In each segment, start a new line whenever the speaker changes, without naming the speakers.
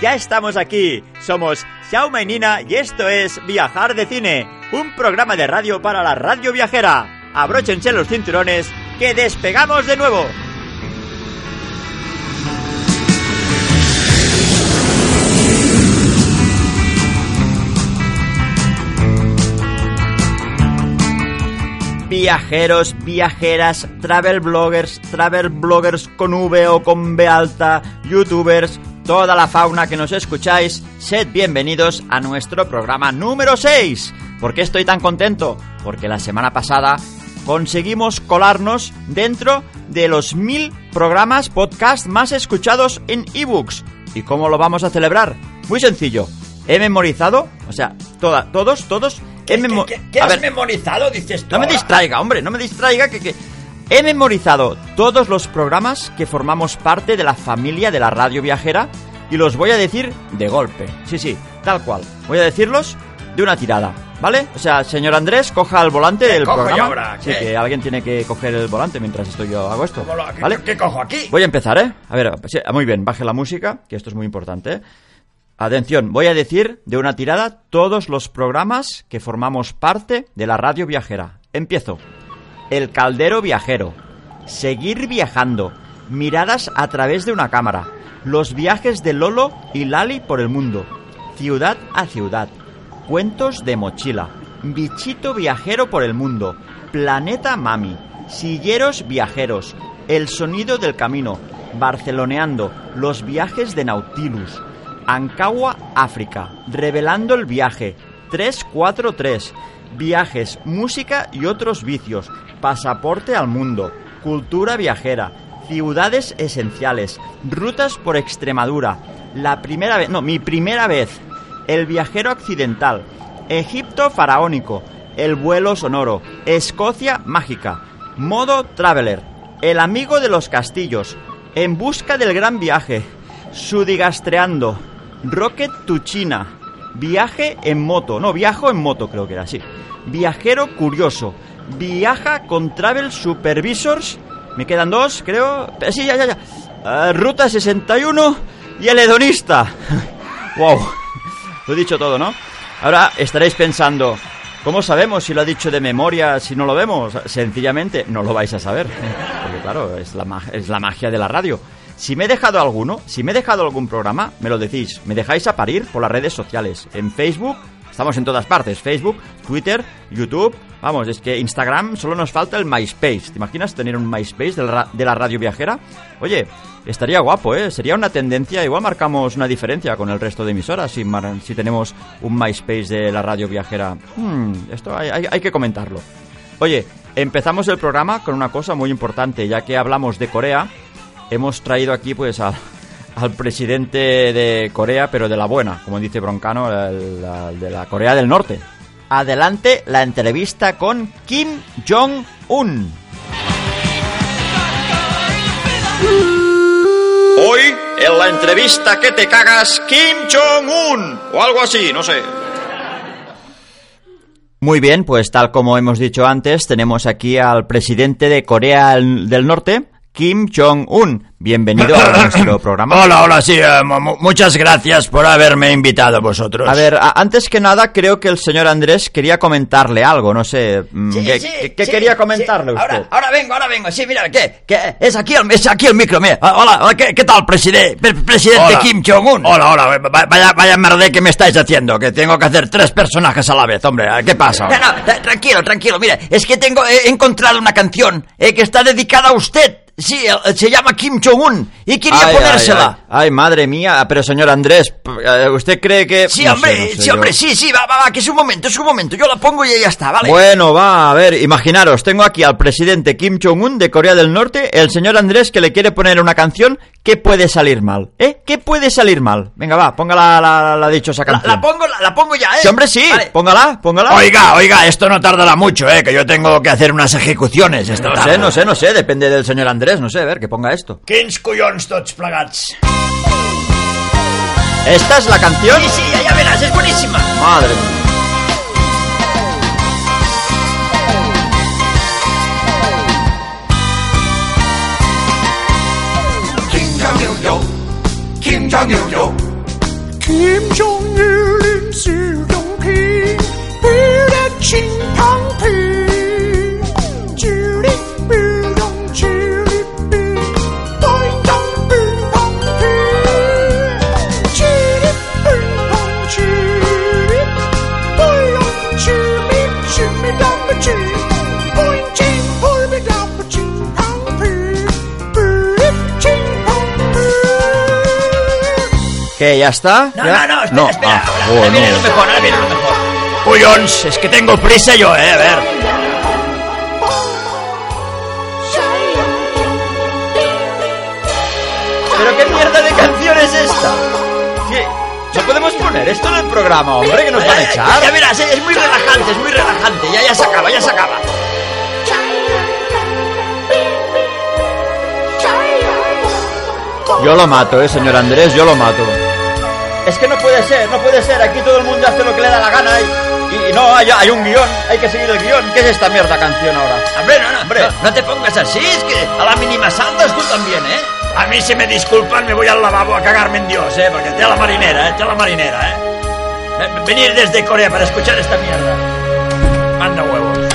Ya estamos aquí. Somos Xiaoma y Nina y esto es Viajar de Cine, un programa de radio para la radio viajera. Abróchense los cinturones que despegamos de nuevo. Viajeros, viajeras, travel bloggers, travel bloggers con V o con B alta, youtubers, toda la fauna que nos escucháis, sed bienvenidos a nuestro programa número 6. ¿Por qué estoy tan contento? Porque la semana pasada conseguimos colarnos dentro de los mil programas podcast más escuchados en ebooks. ¿Y cómo lo vamos a celebrar? Muy sencillo. He memorizado, o sea, toda, todos, todos.
¿Qué,
he memo-
qué- qué- qué
A
has
ver,
memorizado, dices tú?
no me
ahora?
distraiga, hombre, no me distraiga que, que- He memorizado todos los programas que formamos parte de la familia de la radio viajera y los voy a decir de golpe. Sí, sí, tal cual. Voy a decirlos de una tirada, ¿vale? O sea, señor Andrés, coja el volante del
cojo yo
programa.
ahora?
Sí,
¿Qué?
que alguien tiene que coger el volante mientras estoy yo hago esto.
¿Cómo lo- qué-
¿Vale?
¿Qué cojo aquí?
Voy a empezar, ¿eh? A ver, sí, muy bien, baje la música, que esto es muy importante. ¿eh? Atención, voy a decir de una tirada todos los programas que formamos parte de la radio viajera. Empiezo. El caldero viajero. Seguir viajando. Miradas a través de una cámara. Los viajes de Lolo y Lali por el mundo. Ciudad a ciudad. Cuentos de mochila. Bichito viajero por el mundo. Planeta Mami. Silleros viajeros. El sonido del camino. Barceloneando. Los viajes de Nautilus. Ancagua, África. Revelando el viaje. 343. Viajes, música y otros vicios. Pasaporte al mundo. Cultura viajera. Ciudades esenciales. Rutas por Extremadura. La primera vez... No, mi primera vez. El viajero accidental. Egipto faraónico. El vuelo sonoro. Escocia mágica. Modo Traveler. El amigo de los castillos. En busca del gran viaje. Sudigastreando. Rocket to China. Viaje en moto. No, viajo en moto creo que era así. Viajero curioso. Viaja con Travel Supervisors. Me quedan dos, creo. Eh, Sí, ya, ya, ya. Eh, Ruta 61 y el hedonista. wow. Lo he dicho todo, ¿no? Ahora estaréis pensando, ¿cómo sabemos si lo ha dicho de memoria, si no lo vemos? Sencillamente, no lo vais a saber. Porque claro, es la, ma- es la magia de la radio. Si me he dejado alguno, si me he dejado algún programa, me lo decís. Me dejáis a parir por las redes sociales. En Facebook, estamos en todas partes. Facebook, Twitter, YouTube. Vamos, es que Instagram solo nos falta el MySpace. ¿Te imaginas tener un MySpace del ra- de la radio viajera? Oye, estaría guapo, ¿eh? Sería una tendencia, igual marcamos una diferencia con el resto de emisoras si, mar- si tenemos un MySpace de la radio viajera. Hmm, esto hay- hay- hay que comentarlo. Oye, empezamos el programa con una cosa muy importante, ya que hablamos de Corea, hemos traído aquí pues al, al presidente de Corea, pero de la buena, como dice Broncano, el- la- de la Corea del Norte. Adelante la entrevista con Kim Jong-un. Hoy en la entrevista que te cagas Kim Jong-un o algo así, no sé. Muy bien, pues tal como hemos dicho antes, tenemos aquí al presidente de Corea del Norte, Kim Jong-un. Bienvenido a nuestro programa.
Hola, hola, sí. eh, mu- mu- muchas gracias por haberme invitado vosotros.
A ver, a- antes que nada, creo que el señor Andrés quería comentarle algo, no sé. mm,
Sí,
¿Qué,
sí,
qué- qué
sí,
quería
sí.
comentarle usted?
Ahora, ahora vengo, ahora vengo. Sí, mira, ¿qué? ¿Qué? Es, aquí el, es aquí el micro. Mira. Ah, Hola, hola, ¿qué, qué tal, presidente? presidente
Hola.
Kim Jong-un?
Hola,
eh,
hola, va- vaya, vaya merde que me estáis haciendo, que tengo que hacer tres personajes a la vez, hombre, ¿qué pasa?
No, no, tra- tranquilo, tranquilo. Mira, es que tengo, he encontrado una canción eh, que está dedicada a usted.
Sí, él- se llama Kim Jong-un y
Ay,
quería
ay,
ponérsela.
Ay, Ay, madre mía, pero señor Andrés, p- eh, ¿usted cree que.?
Sí,
No sé,
hombre,
no sé
sí,
yo.
hombre, sí, sí, va, va, va, que es un momento, es un momento. Yo la pongo y ya está, ¿vale?
Bueno, va, a ver, imaginaros, tengo aquí al presidente Kim Jong-un de Corea del Norte, el señor Andrés que le quiere poner una canción que puede salir mal. ¿Eh? ¿Qué puede salir mal? Venga, va, póngala la, la dichosa
la,
canción.
la pongo, la, la pongo ya, ¿eh?
Sí, hombre, sí,
Vale.
póngala, póngala.
Oiga, oiga, esto no tardará mucho, eh, que yo tengo que hacer unas ejecuciones esta
No
tarda.
sé, no sé, no sé, depende del señor Andrés, no sé, a ver, que ponga esto.
Quins collons tots plegats.
¿Esta es la canción?
Sí, sí, ya, ya verás, es buenísima.
Madre mía.
Kim Jong-il, Kim Jong-il, Kim Jong-il은 수용필 불의 진탕필 주립불용 주립불 보인정불방필 주립불방 주립 보용 주립 주립당부지 보인진 보인당부지 방필 불입진방필
¿Qué, ya está?
No,
¿Ya?
no, no, espera,
ah,
espera.
oh,
ahora, ahora
no.
viene lo mejor, ahora viene lo mejor.
Collons, és que tengo prisa jo, eh, a veure.
¿Pero qué mierda de canción es esta? ¿Qué? ¿No podemos poner esto en el programa, hombre, que nos van a
Eh, ya, ya
echar?
verás, eh, es muy relajante, es muy relajante. Ya, ya se acaba, ya se acaba.
Yo lo mato, eh, señor Andrés, yo lo mato. Es que no puede ser, no puede ser, aquí todo el mundo hace lo que le da la gana y, y no, hay, hay un guión, hay que seguir el guión. ¿Qué es esta mierda canción ahora?
Hombre, no, no, no, no te pongas así, es que a la mínima saltas tú también, ¿eh?
A mi si me disculpan me voy al lavabo a cagarme en Dios, eh, perquè té la marinera, eh, té la marinera, eh. Eh, Venir desde Corea para escuchar esta mierda. Manda huevos.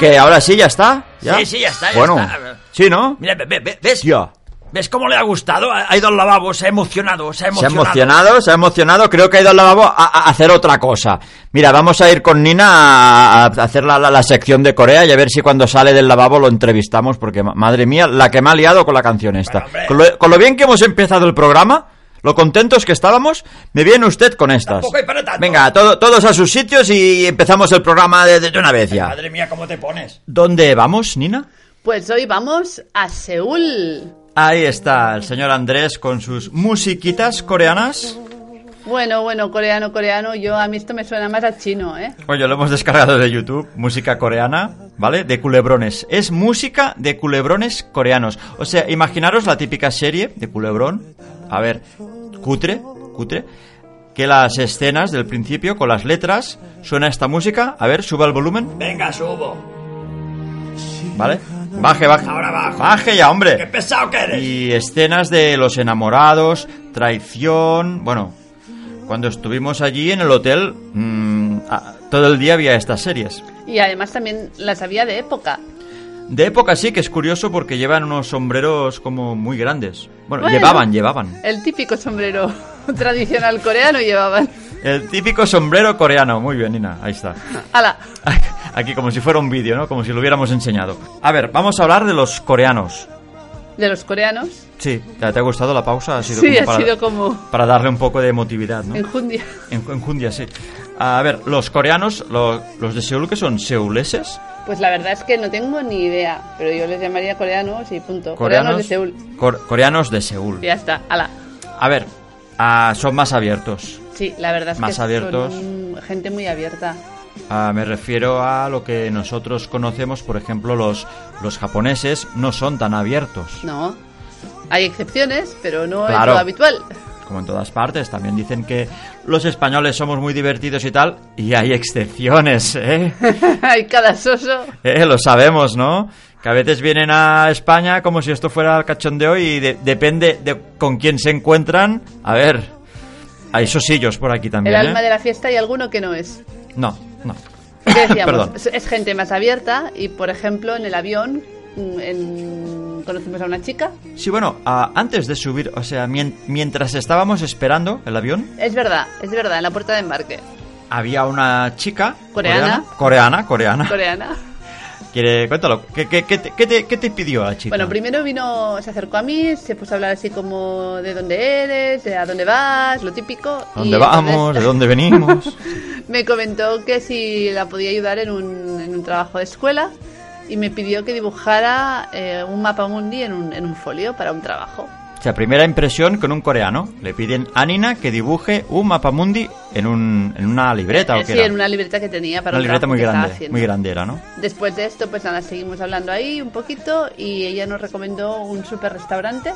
¿Que ahora sí ya está? ¿Ya?
Sí, sí, ya está, ya
bueno,
está.
sí, ¿no?
Mira, ve, ve- ve- ¿ves?
Hostia.
¿Ves cómo le ha gustado? Ha ha ido al lavabo, se ha emocionado, se ha
Se ha
emocionado.
emocionado, se ha emocionado. Creo que ha ido al lavabo a, a hacer otra cosa. Mira, vamos a ir con Nina a, a hacer la, la- la sección de Corea y a ver si cuando sale del lavabo lo entrevistamos, porque ma- madre mía, la que me ha liado con la canción esta.
Bueno, hombre.
Con lo, con lo bien que hemos empezado el programa, lo contentos que estábamos, me viene usted con estas.
Tampoco hay para tanto.
Venga, todo- todos a sus sitios y empezamos el programa de, de una vez ya.
Madre mía, cómo te pones.
¿Dónde vamos, Nina?
Pues hoy vamos a Seúl.
Ahí está el señor Andrés con sus musiquitas coreanas.
Bueno, bueno, coreano, coreano, yo a mí esto me suena más a chino, ¿eh?
Oye, lo hemos descargado de YouTube, música coreana, ¿vale? De culebrones. Es música de culebrones coreanos. O sea, imaginaros la típica serie de culebrón, a ver, cutre, cutre, que las escenas del principio con las letras suena esta música, a ver, suba el volumen,
Venga, subo.
¿vale? Baje, baje.
Ahora bajo.
Baje ya,
Qué
hombre.
pesado que eres.
Y escenas de los enamorados, traición, bueno, cuando estuvimos allí en el hotel, mm, ah, todo el día había estas series.
Y además también las había de época.
De época sí, que es curioso porque llevan unos sombreros como muy grandes. Bueno,
Bueno.
llevaban, llevaban.
El típico sombrero tradicional coreano llevaban.
El típico sombrero coreano. Muy bien, Nina, ahí está.
¡Hala!
Aquí como si fuera un vídeo, ¿no? Como si lo hubiéramos enseñado. A ver, vamos a hablar de los coreanos.
De los coreanos.
Sí, ¿te te ha gustado la pausa? Ha sido
Sí,
como
ha
para,
sido como
para darle un poco de emotividad, ¿no?
enjundia.
En, enjundia, sí. A ver, los coreanos, lo- los de Seúl, que son seuleses.
Pues la verdad es que no tengo ni idea, pero yo les llamaría coreanos y punto.
Coreanos,
Coreanos, de Seúl.
cor- coreanos de Seúl.
Y ya está, ¡hala!
A ver, ah, son más abiertos.
Sí, la verdad es
Más
que son
abiertos.
gente muy abierta.
Ah, me refiero a lo que nosotros conocemos, por ejemplo, los, los japoneses no son tan abiertos.
No. Hay excepciones, pero no
Claro.
es lo habitual.
Como en todas partes, también dicen que los españoles somos muy divertidos y tal, y hay excepciones, ¿eh?
Hay cada soso.
Eh, Lo sabemos, ¿no? Que a veces vienen a España como si esto fuera el cachondeo y de- depende de con quién se encuentran. A ver, hay sosillos por aquí
El
también,
alma
¿eh?
de la fiesta y alguno que no es.
No, no.
¿Qué decíamos?
Perdón.
es, es gente más abierta y, por ejemplo, en el avión mm, en- conocimos a una chica.
Sí, bueno, ah, antes de subir, o sea, mien- mientras estábamos esperando el avión,
Es verdad, es verdad, en la puerta de embarque.
había una chica
Coreana.
coreana coreana, coreana,
Coreana.
Quiere, cuéntalo. ¿Qué, qué, qué, te- qué te, qué te pidió la chica?
Bueno, primero vino, se acercó a mí, se puso a hablar así como de dónde eres, de a dónde vas, lo típico.
¿A ¿Dónde
y
vamos?
entonces-
¿De dónde venimos?
Me comentó que si la podía ayudar en un, en un trabajo de escuela y me pidió que dibujara eh, un mapa mundi en un, en un folio para un trabajo.
O sea, primera impresión con un coreano. Le piden a Nina que dibuje un mapamundi en, un, en una libreta o
Eh,
qué
sí,
era.
en una libreta que tenía para
Una
un
libreta
trabajo
muy
que estaba
grande,
haciendo.
muy grande era, ¿no?
Después de esto, pues nada, seguimos hablando ahí un poquito y ella nos recomendó un super restaurante.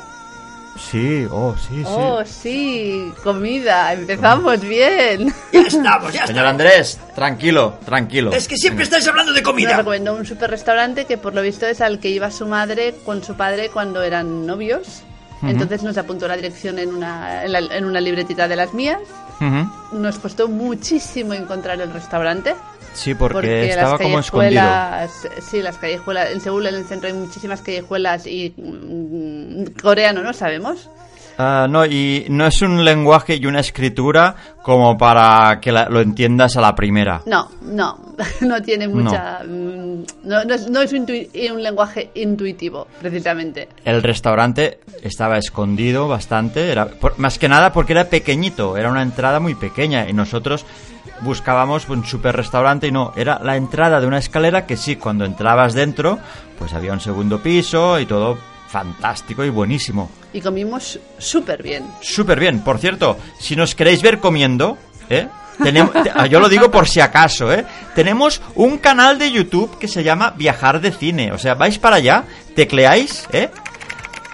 Sí, oh, sí,
Oh, sí, comida, empezamos bien.
Ya estamos, ya
Señor
estamos.
Andrés, tranquilo, tranquilo.
Es que siempre estáis hablando de
Nos
comida.
recomendó un super restaurante que por lo visto es al que iba su madre con su padre cuando eran novios. Entonces nos apuntó la dirección en una, en, la- en una libretita de las mías.
Ujú.
Nos costó muchísimo encontrar el restaurante.
Sí, porque, estaba
las
como escondido.
callejuelas- Sí, las callejuelas. En Seúl, en el centro, hay muchísimas callejuelas y mm, coreano no sabemos.
Ah, no, y no es un lenguaje y una escritura como para que la- lo entiendas a la primera.
No, no, no tiene mucha. mm, No, no es, no es intui- un lenguaje intuitivo, precisamente.
El restaurante estaba escondido bastante, era por- más que nada porque era pequeñito, era una entrada muy pequeña y nosotros buscábamos un super restaurante y no, era la entrada de una escalera que sí, cuando entrabas dentro, pues había un segundo piso y todo fantástico y buenísimo.
Y comimos súper bien.
Súper bien, por cierto, si nos queréis ver comiendo, ¿eh? Tenemos, te- ah, yo lo digo por si acaso, ¿eh? Tenemos un canal de YouTube que se llama Viajar de Cine. O sea, vais para allá, tecleáis, ¿eh?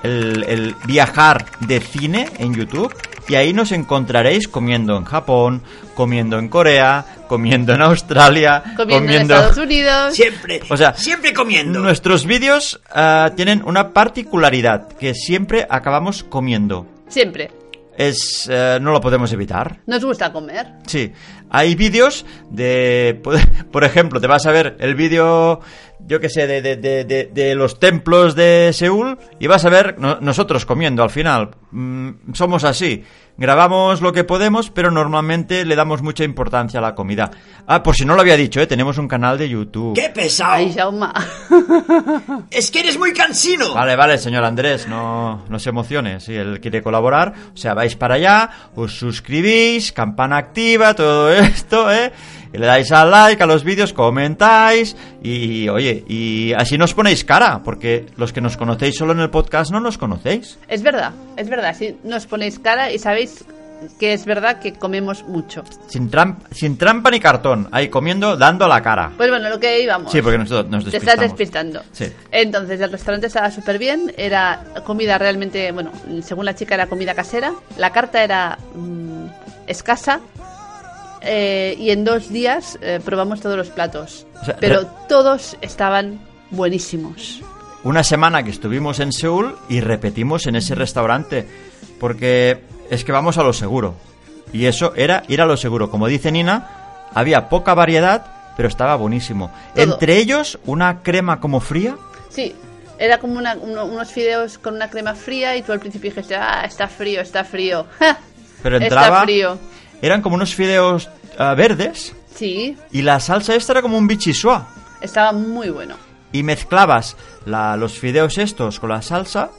El, el Viajar de Cine en YouTube y ahí nos encontraréis comiendo en Japón, comiendo en Corea, comiendo en Australia,
Comiendo, en Estados Unidos.
Siempre,
O sea,
siempre comiendo.
Nuestros vídeos ah, tienen una particularidad, que siempre acabamos comiendo
Siempre.
es eh, no lo podemos evitar.
Nos gusta comer.
Sí, hay vídeos de, por- por ejemplo, te vas a ver el vídeo, yo que sé, de, de, de, de- de los templos de Seúl y vas a ver no- nosotros comiendo al final. Mm, somos así, grabamos lo que podemos, pero normalmente le damos mucha importancia a la comida. Ah, por si no lo había dicho, ¿eh? tenemos un canal de YouTube.
¡Qué pesado!
Ay, Jaume.
Es que eres muy cansino.
Vale, vale, señor Andrés, no, no se emocione. Si él quiere colaborar, o sea, vais para allá, os suscribís, campana activa, todo esto, ¿eh? Y le dais al like a los vídeos, comentáis y, oye, y así nos ponéis cara, porque los que nos conocéis solo en el podcast no nos conocéis.
Es verdad, es verdad. Si nos ponéis cara y sabéis que es verdad que comemos mucho.
Sin, tram- sin trampa ni cartón, ahí comiendo, dando la cara.
Pues bueno, lo que íbamos.
Sí, porque nosotros nos
Te estás
despistamos.
despistando.
Sí.
Entonces, el restaurante estaba súper bien. Era comida realmente, bueno, según la chica, era comida casera. La carta era mm, escasa. Eh, y en dos días eh, probamos todos los platos.
O sea,
pero
re-
todos estaban buenísimos.
una semana que estuvimos en Seúl y repetimos en ese restaurante. Porque es que vamos a lo seguro. Y eso era ir a lo seguro. Como dice Nina, había poca variedad, pero estaba buenísimo.
Todo.
Entre ellos, una crema como fría.
Sí, era como una- uno- unos fideos con una crema fría y tú al principio dijiste, ah, está frío, está frío. Ja,
Pero entraba.
está frío.
Eran como unos fideos ah, verdes.
Sí,
Y la salsa esta era como un bichisua.
estaba muy bueno.
Y mezclabas la- los fideos estos con la salsa.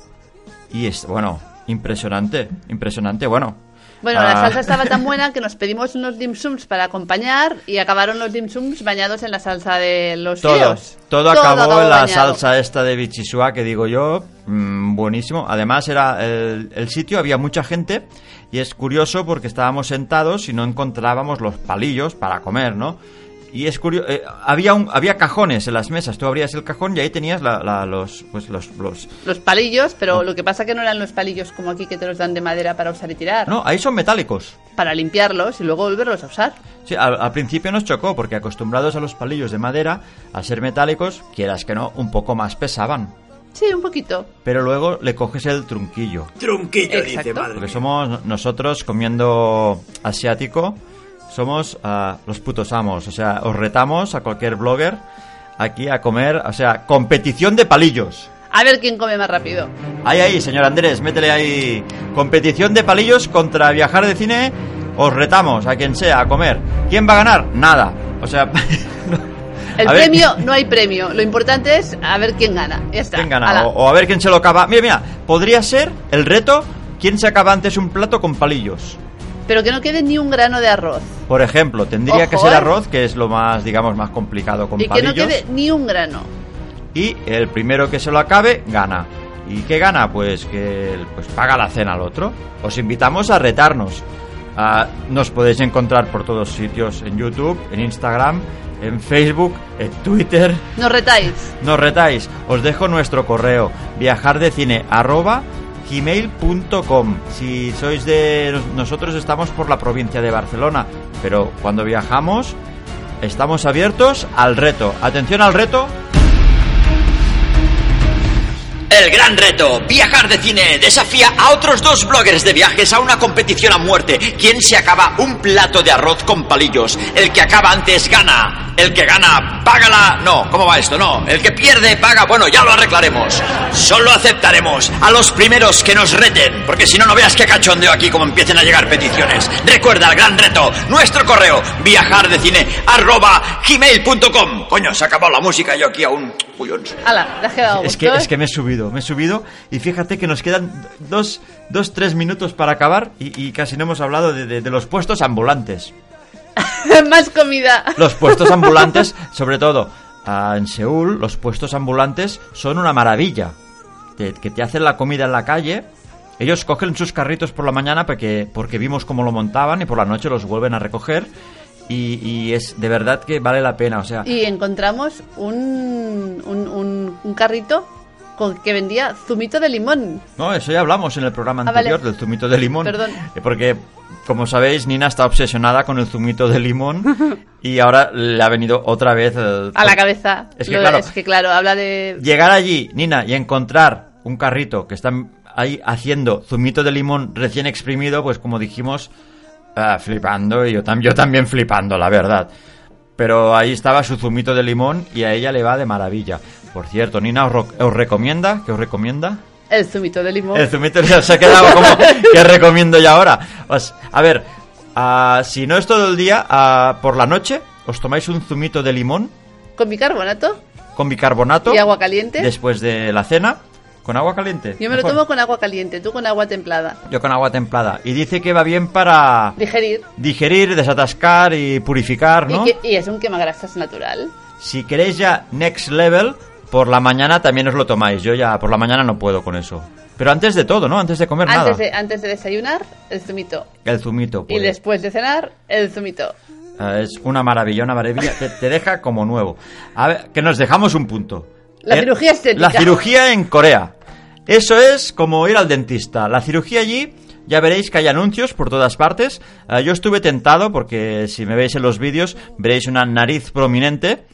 Y es, bueno, impresionante. Impresionante, bueno.
Bueno,
Ah.
la salsa estaba tan buena que nos pedimos unos dim sums para acompañar y acabaron los dim sums bañados en la salsa de los
Todo,
fideos.
todo acabó en la
bañado.
salsa esta de bichisua que digo yo, mm, buenísimo. Además era el, el sitio, había mucha gente y es curioso porque estábamos sentados y no encontrábamos los palillos para comer, ¿no? Y es curioso, había, un, había cajones en las mesas, tú abrías el cajón y ahí tenías la- la- los, pues, los, los...
Los palillos, pero
Mm.
lo que pasa que no eran los palillos como aquí que te los dan de madera para usar y tirar,
No, ahí son metálicos.
para limpiarlos y luego volverlos a usar.
Sí, al, al principio nos chocó porque acostumbrados a los palillos de madera, a ser metálicos, quieras que no, un poco más pesaban.
Sí, un poquito.
Pero luego le coges el trunquillo.
Trunquillo,
Exacto.
dice madre.
Porque
mía.
somos nosotros comiendo asiático, somos ah, los putos amos. O sea, os retamos a cualquier blogger aquí a comer, o sea, competición de palillos.
A ver quién come más rápido.
Ahí, ahí, señor Andrés, métele ahí. Competición de palillos contra viajar de cine. Os retamos a quien sea a comer. ¿Quién va a ganar? Nada. O sea, no,
El
A ver.
premio, no hay premio. Lo importante es a ver quién gana. Ya está.
¿Quién gana?
Ala.
O, o a ver quién se lo acaba. Mira, mira, podría ser el reto quién se acaba antes un plato con palillos.
Pero que no quede ni un grano de arroz.
Por ejemplo, tendría que
Ojo,
ser
¿eh?
arroz, que es lo más, digamos, más complicado con
Y que no
palillos.
quede ni un grano.
Y el primero que se lo acabe, gana. ¿Y qué gana? Pues que pues paga la cena al otro. Os invitamos a retarnos. Ah, nos podéis encontrar por todos sitios, en YouTube, en Instagram, en Facebook, en Twitter.
Nos retáis.
Nos retáis. Os dejo nuestro correo viajardecine@gmail.com. Si sois de nosotros estamos por la provincia de Barcelona, pero cuando viajamos estamos abiertos al reto. Atención al reto.
El gran reto, viajar de cine, desafía a otros dos bloggers de viajes a una competición a muerte. ¿Quién se acaba un plato de arroz con palillos? El que acaba antes gana. El que gana, paga la... No, ¿cómo va esto? No. El que pierde, paga. Bueno, ya lo arreglaremos. Solo aceptaremos a los primeros que nos reten, porque si no, no veas qué cachondeo aquí como empiecen a llegar peticiones. Recuerda el gran reto, nuestro correo, viajardecine, arroba, gmail.com. Coño, se ha acabado la música, yo aquí aún... Uy,
Ala, te has quedado
Es
corto,
que,
¿eh?
es que me he subido, me he subido y fíjate que nos quedan dos, dos tres minutos para acabar y, y casi no hemos hablado de, de- de los puestos ambulantes.
Más comida.
Los puestos ambulantes, sobre todo ah, en Seúl, los puestos ambulantes son una maravilla. Te- que te hacen la comida en la calle. Ellos cogen sus carritos por la mañana porque, porque vimos cómo lo montaban y por la noche los vuelven a recoger. Y, y es de verdad que vale la pena. O sea,
Y encontramos un, un, un- un carrito con que vendía zumito de limón.
No, eso ya hablamos en el programa
Ah,
anterior
vale.
del zumito de limón.
Perdón.
Eh, Porque, como sabéis, Nina está obsesionada con el zumito de limón y ahora le ha venido otra vez... eh,
A la cabeza.
Es que
Lo-
claro.
es que claro, habla de...
Llegar allí, Nina, y encontrar un carrito que están ahí haciendo zumito de limón recién exprimido, pues como dijimos, ah, flipando, y yo, tam- yo también flipando, la verdad. Pero ahí estaba su zumito de limón y a ella le va de maravilla. Por cierto, Nina os, ro- os recomienda, ¿qué os recomienda?
El zumito de limón.
El zumito se ha quedado como que recomiendo ya ahora. Os- a ver, ah, si no es todo el día, ah, por la noche os tomáis un zumito de limón
Con bicarbonato
con bicarbonato.
y agua caliente.
Después de la cena, con agua caliente.
Yo me lo
mejor.
tomo con agua caliente, tú con agua templada.
Yo con agua templada. Y dice que va bien para
Digerir.
digerir, desatascar y purificar,
Y,
¿no?
que- y es un quemagrasas natural.
Si queréis ya next level, por la mañana también os lo tomáis. Yo ya por la mañana no puedo con eso. Pero antes de todo, ¿no? Antes de comer nada.
Antes de, antes de desayunar, el zumito.
El zumito.
Y
pues.
después de cenar, el zumito.
Ah, Es una maravilla, una maravilla. Te, te deja como nuevo. A ver, que nos dejamos un punto.
La
Eh,
cirugía estética.
La cirugía en Corea. Eso es como ir al dentista. La cirugía allí, ya veréis que hay anuncios por todas partes. Ah, yo estuve tentado porque si me veis en los vídeos veréis una nariz prominente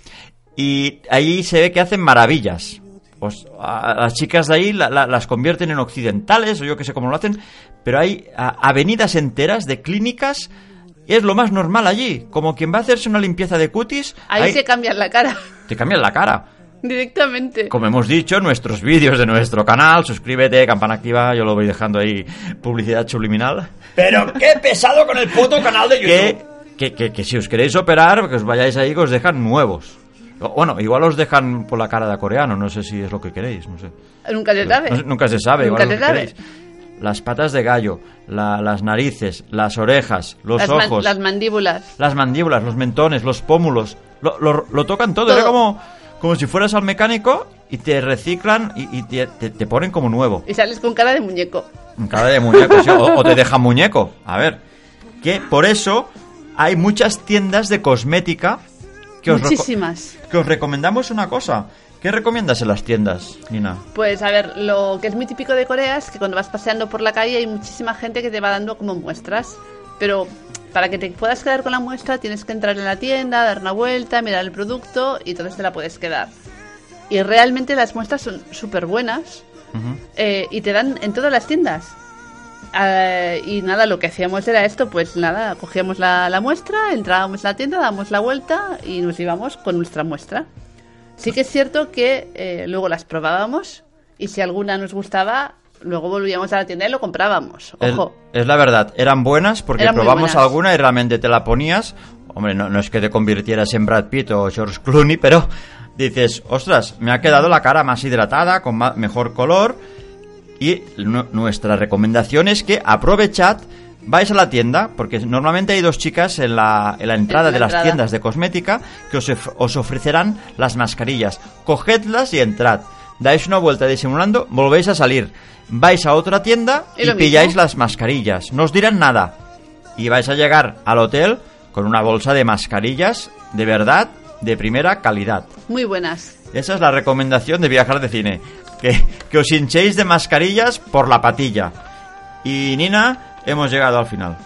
y ahí se ve que hacen maravillas. Pues, a- a las chicas de ahí la- la- las convierten en occidentales o yo que sé cómo lo hacen, pero hay a- avenidas enteras de clínicas y es lo más normal allí. Como quien va a hacerse una limpieza de cutis,
Ahí
ahí
se cambian la cara.
te cambian la cara.
Directamente.
Como hemos dicho, nuestros vídeos de nuestro canal, suscríbete, campana activa, yo lo voy dejando ahí, publicidad subliminal.
Pero qué pesado con el puto canal de YouTube.
Que, que, que, que si os queréis operar, que os vayáis ahí, que os dejan nuevos. O- Bueno, igual os dejan por la cara de coreano, no sé si es lo que queréis, no sé.
Nunca se sabe.
No- nunca se sabe, igual
Nunca
es
se
lo que
sabe.
queréis. Las patas de gallo, la- las narices, las orejas, los
Las, man-
ojos,
las mandíbulas.
las mandíbulas, los mentones, los pómulos, lo, lo- lo tocan todo.
Todo.
Era como, como si fueras al mecánico y te reciclan y, y te, te- te ponen como nuevo.
Y sales con cara de muñeco.
Cara de muñeco, sí, o, o te dejan muñeco. A ver, que por eso hay muchas tiendas de cosmética que os, reco-
Muchísimas.
que os recomendamos una cosa. ¿Qué recomiendas en las tiendas, Nina?
Pues a ver, lo que es muy típico de Corea es que cuando vas paseando por la calle hay muchísima gente que te va dando como muestras. Pero para que te puedas quedar con la muestra tienes que entrar en la tienda, dar una vuelta, mirar el producto y entonces te la puedes quedar. Y realmente las muestras son súper buenas eh, y te dan en todas las tiendas. Eh, y nada, lo que hacíamos era esto, pues nada, cogíamos la, la muestra, entrábamos en la tienda, dábamos la vuelta y nos íbamos con nuestra muestra. Sí que es cierto que eh, luego las probábamos y si alguna nos gustaba, luego volvíamos a la tienda y lo comprábamos.
Es-
Ojo,
Es, la verdad, eran buenas porque
Eran muy
probamos
buenas.
alguna y realmente te la ponías Hombre, no, no es que te convirtieras en Brad Pitt o George Clooney, pero dices, ostras, me ha quedado la cara más hidratada, con ma- mejor color. Y nu- nuestra recomendación es que aprovechad, vais a la tienda, porque normalmente hay dos chicas en la, en la entrada
En la
de las
entrada.
tiendas de cosmética que os, of- os ofrecerán las mascarillas. Cogedlas y entrad. Dais una vuelta disimulando, volvéis a salir. Vais a otra tienda
Y
y,
lo mismo.
pilláis las mascarillas. No os dirán nada. Y vais a llegar al hotel con una bolsa de mascarillas de verdad, de primera calidad.
Muy buenas.
Esa es la recomendación de viajar de cine. Que, que os hinchéis de mascarillas por la patilla. Y Nina, hemos llegado al final.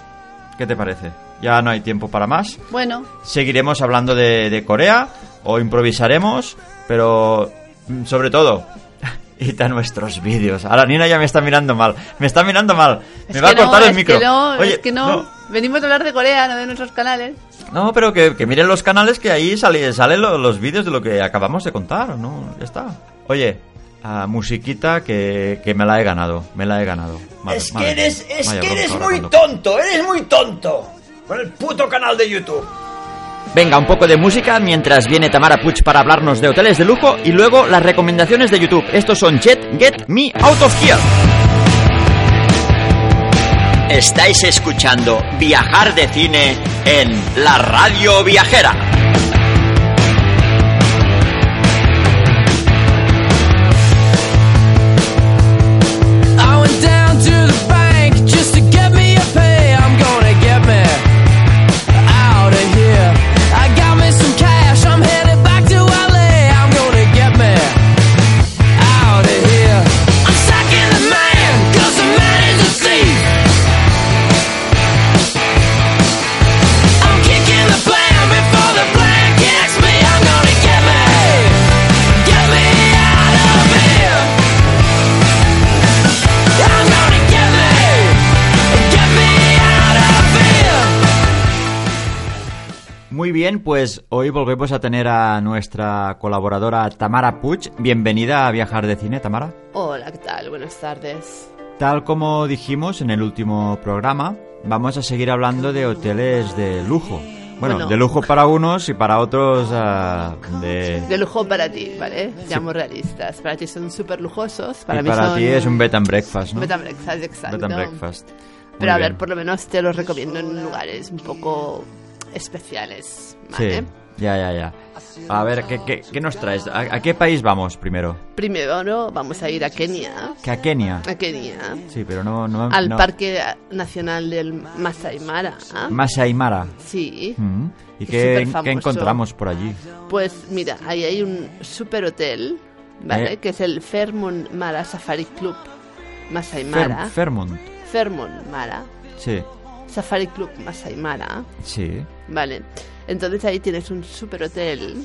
¿Qué te parece? Ya no hay tiempo para más.
Bueno,
Seguiremos hablando de, de Corea o improvisaremos, pero mm, sobre todo, id a nuestros vídeos. Ahora Nina ya me está mirando mal. Me está mirando mal. Me
es
va
que
a cortar
no,
el micro.
Es que no,
Oye,
es que no. Venimos a hablar de Corea, no de nuestros canales.
no, pero que, que miren los canales que ahí sale, salen lo- los vídeos de lo que acabamos de contar, ¿no? Ya está. Oye, a musiquita que, que me la he ganado, me la he ganado. Madre-
es que
madre mía,
eres, es
vaya
que
bronca
eres
ahora
muy
cuando-
tonto, eres muy tonto. Con el puto canal de YouTube.
Venga, un poco de música mientras viene Tamara Puch para hablarnos de hoteles de lujo y luego las recomendaciones de YouTube. Estos son Jet Get Me Out of Here.
Estáis escuchando Viajar de Cine en la Radio Viajera.
I went down to the bank just to get me a pay. I'm gonna get me out of here. I got me some cash. I'm headed back to LA. I'm gonna get me out of here. I'm sacking the man, cause the man is a thief. I'm kicking the plan before the plan kicks me. I'm gonna get me, get me out of here. I'm gonna get me, get me out of here.
Muy bien, pues hoy volvemos a tener a nuestra colaboradora Tamara Puch. Bienvenida a Viajar de Cine, Tamara.
Hola, ¿qué tal? Buenas tardes.
Tal como dijimos en el último programa, vamos a seguir hablando de hoteles de lujo. Bueno,
Bueno.
de lujo para unos y para otros ah, de...
De lujo para ti, ¿vale? Seamos realistas. Para ti son súper lujosos. Para
y
mí
para
son...
ti es un bed and breakfast, ¿no?
Bed and breakfast, exacto.
Bed and breakfast. Muy
Pero a ver,
bien.
por lo menos te los recomiendo en lugares un poco especiales, ¿vale?
Sí, ya, ya, Ah, ya. A ver, ¿qué, qué, qué nos traes? ¿A, a qué país vamos primero?
Primero vamos a ir a Kenia.
Que a Kenia.
A Kenia.
Sí, pero no... no
Al
Ah, no.
Parque Nacional del Masai Mara.
Masai Mara.
Sí.
Mm. ¿Y
Es
qué,
superfamoso.
qué encontramos por allí?
Pues mira, ahí hay un super hotel, ¿vale?
Eh.
Que es el Fairmont Mara Safari Club Masai
Fer-
Mara.
Fairmont.
Fairmont Mara
Sí,
Safari Club Masai Mara,
sí.
¿vale? Entonces ahí tienes un super hotel,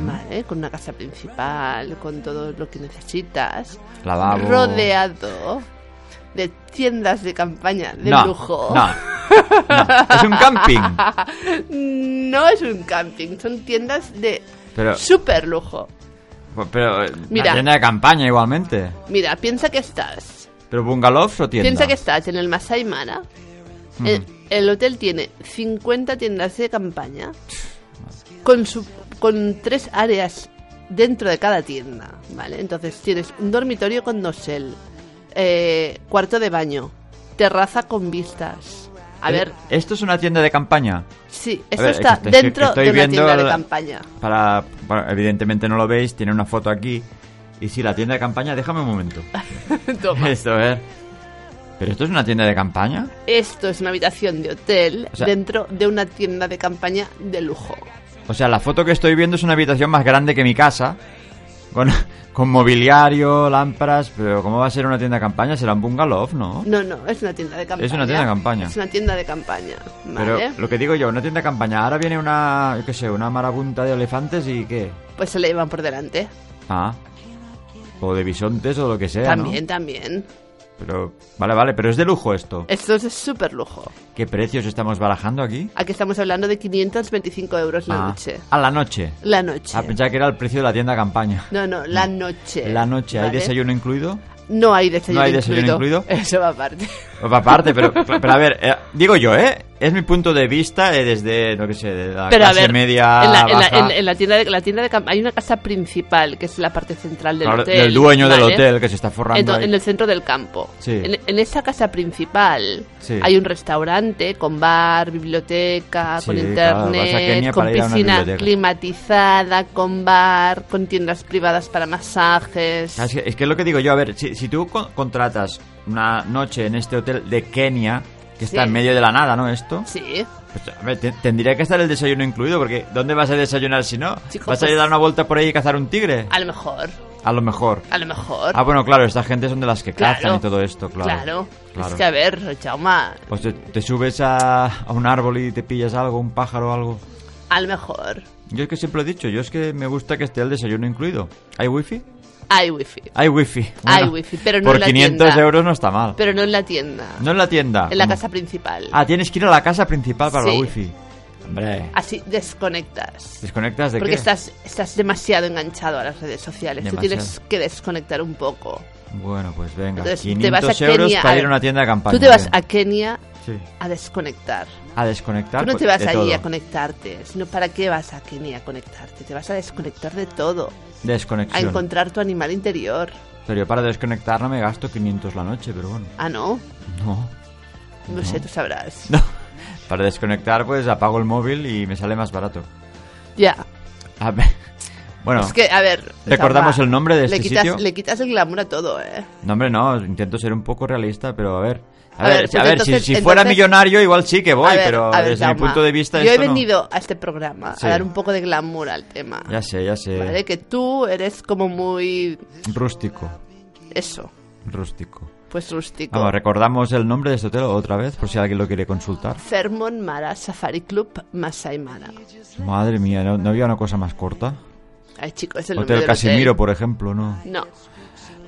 ¿vale? Con una casa principal, con todo lo que necesitas.
Lavabo.
Rodeado de tiendas de campaña de
no,
lujo.
No, no. Es un camping.
No es un camping, son tiendas de
Pero-
super lujo.
Pero eh,
Mira.
una tienda de campaña igualmente.
Mira, piensa que estás
Pero bungalows o tienda.
Piensa que estás en el Masai Mara.
Mm.
El, el hotel tiene 50 tiendas de campaña con, su, con tres áreas dentro de cada tienda, ¿vale? Entonces tienes un dormitorio con dosel, eh, cuarto de baño, terraza con vistas. A
Eh,
ver,
Esto es una tienda de campaña.
sí,
a
eso
ver,
está
es que estoy-
dentro
estoy
de una
viendo
tienda de
la-
campaña.
Para, para- evidentemente no lo veis, tiene una foto aquí. Y si la tienda de campaña, déjame un momento.
Toma.
Esto a ver. Pero esto es una tienda de campaña.
Esto es una habitación de hotel
O sea-
dentro de una tienda de campaña de lujo.
O sea, la foto que estoy viendo es una habitación más grande que mi casa. Con, con mobiliario, lámparas. Pero ¿cómo va a ser una tienda de campaña? Será un bungalow, ¿no?
No, no, es una tienda de campaña.
Es una tienda de campaña.
Es una tienda de campaña.
Pero
¿vale?
lo que digo yo, una tienda de campaña. Ahora viene una, yo qué sé, una marabunta de elefantes y qué.
Pues se le llevan por delante.
Ah. O de bisontes o lo que sea. ¿no?
también, también.
Pero, vale, vale, pero es de lujo esto.
Esto es súper lujo.
¿Qué precios estamos barajando aquí?
Aquí estamos hablando de 525 euros la
Ah,
noche.
A la noche.
La noche.
Ah, pensaba que era el precio de la tienda de campaña.
No, no, la noche.
La noche, ¿hay
Eh, ¿vale?
desayuno incluido?
No hay desayuno
No hay desayuno incluido.
Eso va aparte.
Pues Aparte, pero, pero a ver, eh, digo yo, ¿eh? Es mi punto de vista eh, desde, no que sé, de la
Pero a
clase
ver,
media.
en, la, en la-
baja.
en- en la tienda de, la tienda de cam- hay una casa principal que es la parte central del
Claro,
hotel.
del dueño del
¿vale?
hotel que se está forrando.
Ento-
ahí.
en el centro del campo.
Sí.
En, en esa casa principal
Sí.
hay un restaurante con bar, biblioteca,
Sí,
con
claro, vas a
internet,
Kenia
con
para ir a una
piscina
biblioteca.
climatizada, con bar, con tiendas privadas para masajes.
Ah, Es que, es que es lo que digo yo, a ver, si, si tú con- contratas una noche en este hotel de Kenia, que está
Sí.
en medio de la nada, ¿no? Esto,
Sí.
pues, a ver, te- tendría que estar el desayuno incluido, porque ¿dónde vas a desayunar si no?
Chico,
¿Vas a ir a
pues-
dar una vuelta por ahí y cazar un tigre?
A lo mejor,
A lo mejor.
a lo mejor.
Ah, bueno, claro, esta gente son de las que
Claro.
cazan y todo esto, claro.
Claro.
Claro.
Es que a ver, Chauma,
Pues te, te subes a, a un árbol y te pillas algo, un pájaro o algo.
a lo mejor
Yo es que siempre lo he dicho, yo es que me gusta que esté el desayuno incluido. ¿Hay wifi?
hay wifi.
Hay wifi.
Hay wifi, pero no
Por
en la
500
tienda.
euros no está mal.
Pero no en la tienda,
No en la tienda.
en la
¿Cómo?
casa principal.
Mm. Ah, tienes que ir a la casa principal para
Sí.
la wifi. Hombre,
Así desconectas.
desconectas de
Porque
qué?
estás, estás demasiado enganchado a las redes sociales. Tú
Demasiado.
tienes que desconectar un poco.
Bueno, pues venga,
Entonces,
500
te vas a
euros
Kenia
para
a-
ir a una tienda de campaña. ¿eh?
Tú te vas
bien.
a Kenia
Sí.
a desconectar.
a desconectar.
Tú no
pues,
te vas
de
allí
todo.
a conectarte, sino para qué vas a Kenia a conectarte. Te vas a desconectar de todo, a
Desconexión.
encontrar tu animal interior.
Pero yo para desconectar no me gasto 500 la noche, pero bueno.
Ah, no,
No.
no sé, tú sabrás.
No. Para desconectar, pues apago el móvil y me sale más barato.
Ya.
A ver. Bueno,
Es que, a ver.
¿Recordamos
Jaume,
el nombre de
le
este
quitas,
sitio?
Le quitas el glamour a todo, ¿eh?
no, hombre, no, intento ser un poco realista, pero a ver. A,
A
ver,
ver,
a
pues
ver
entonces-
si, si fuera
entonces-
millonario, igual sí que voy,
A ver,
pero
a ver,
desde mi
Jaume,
punto de vista.
Yo he
esto no.
venido a este programa
Sí.
a dar un poco de glamour al tema.
Ya sé, ya sé.
¿Vale? Que tú eres como muy.
Rústico,
Eso,
rústico.
pues rústico.
Vamos, recordamos el nombre de este hotel otra vez, por si alguien lo quiere consultar.
Fermon Mara Safari Club Masai Mara.
Madre mía, ¿no, no había una cosa más corta?
Ay, chicos, es el nombre
Hotel
del
Casimiro,
hotel.
por ejemplo, ¿no?
No.